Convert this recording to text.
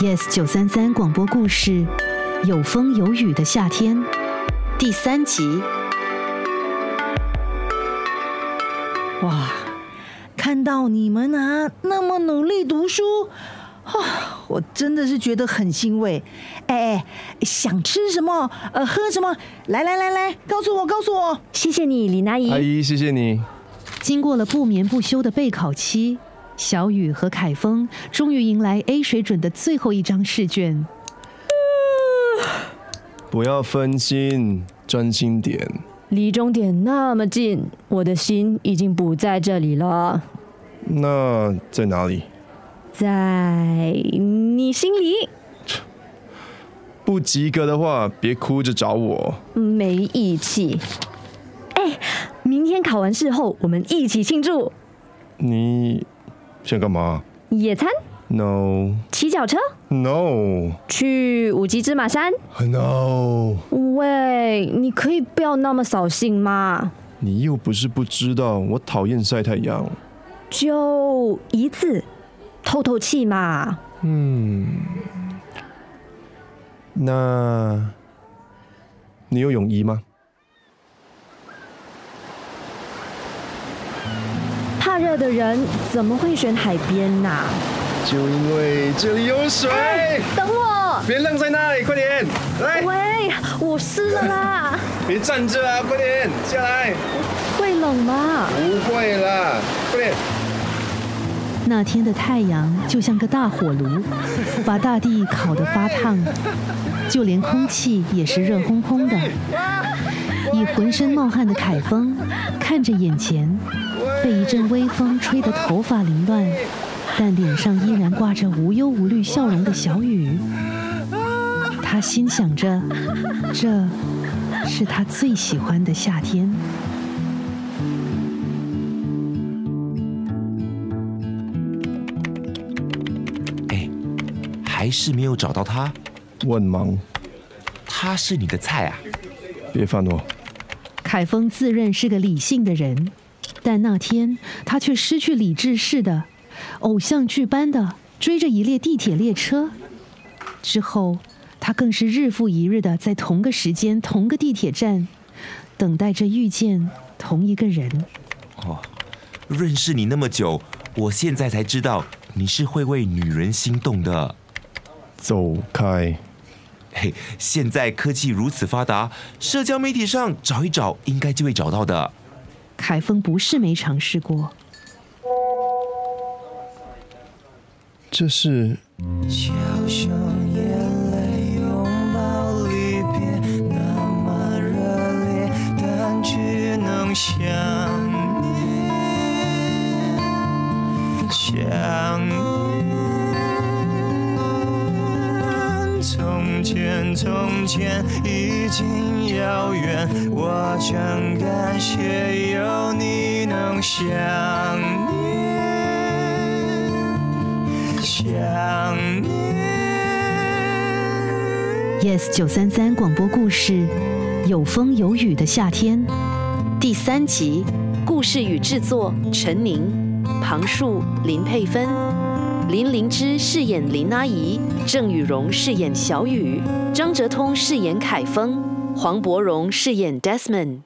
Yes 九三三广播故事《有风有雨的夏天》第三集。哇，看到你们啊那么努力读书，啊，我真的是觉得很欣慰。哎，想吃什么，呃，喝什么？来来来来，告诉我，告诉我。谢谢你，李阿姨。阿姨，谢谢你。经过了不眠不休的备考期，小雨和凯峰终于迎来 A 水准的最后一张试卷。不要分心，专心点。离终点那么近，我的心已经不在这里了，那在哪里？在你心里。不及格的话，别哭着找我。没义气。哎，明天考完试后，我们一起庆祝你想干嘛野餐、 ？No 骑脚车、 No 去五级芝麻山。 No！喂，你可以不要那么扫兴吗？你又不是不知道，我讨厌晒太阳。就一次，透透气嘛。那你有泳衣吗？怕热的人怎么会选海边呐、哎就因为这里有水，等我，别愣在那里，快点来！喂，我湿了啦，别站着啊，快点下来！会冷吗？不会啦，快点。那天的太阳就像个大火炉，把大地烤得发烫，就连空气也是热烘烘的。已浑身冒汗的凯峰看着眼前，被一阵微风吹得头发凌乱，但脸上依然挂着无忧无虑笑容的小雨。他心想着，这是他最喜欢的夏天。还是没有找到他？我很忙，他是你的菜啊？别烦我。凯峰自认是个理性的人，但那天他却失去理智似的，偶像剧般的追着一列地铁列车。之后，他更是日复一日的在同个时间、同个地铁站，等待着遇见同一个人。认识你那么久，我现在才知道你是会为女人心动的。走开，嘿，现在科技如此发达，社交媒体上找一找，应该就会找到的。凯峰不是没尝试过，这是就像眼泪拥抱离别那么热烈，但只能想念，想念。从前，从前已经遥远，我真感谢有你能想念。想念。 Yes 九三三广播故事《有风有雨的夏天》第三集，故事与制作陈宁、庞树、林佩芬，林灵芝饰演林阿姨，郑雨荣饰演小雨，张哲通饰演凯峰，黄伯荣饰演 Desmond。